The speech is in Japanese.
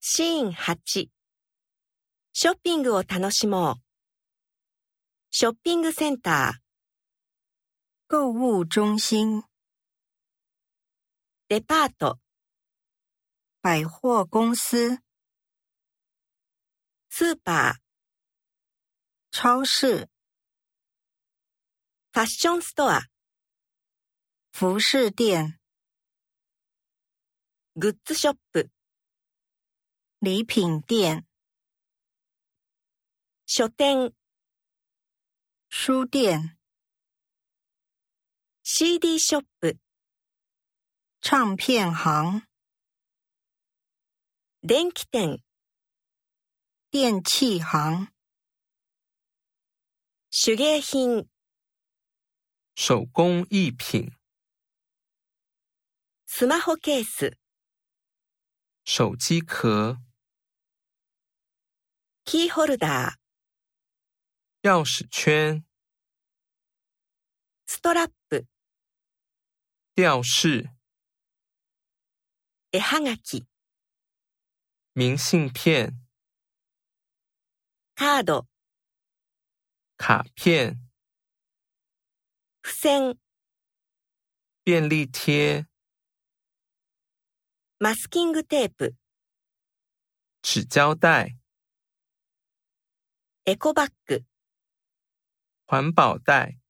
シーン8ショッピングを楽しもうショッピングセンター购物中心、デパート百货公司、スーパ超市、ーファッションストア服饰店、グッズショップ礼品店、書店书店、 CD ショップ唱片行、電気店电器行、手芸品手工艺品、スマホケース手机壳、キーホルダー钥匙圈、ストラップ吊饰、絵はがき明信片、カード卡片、付箋便利贴、マスキングテープ纸胶带、エコバッグ环保袋、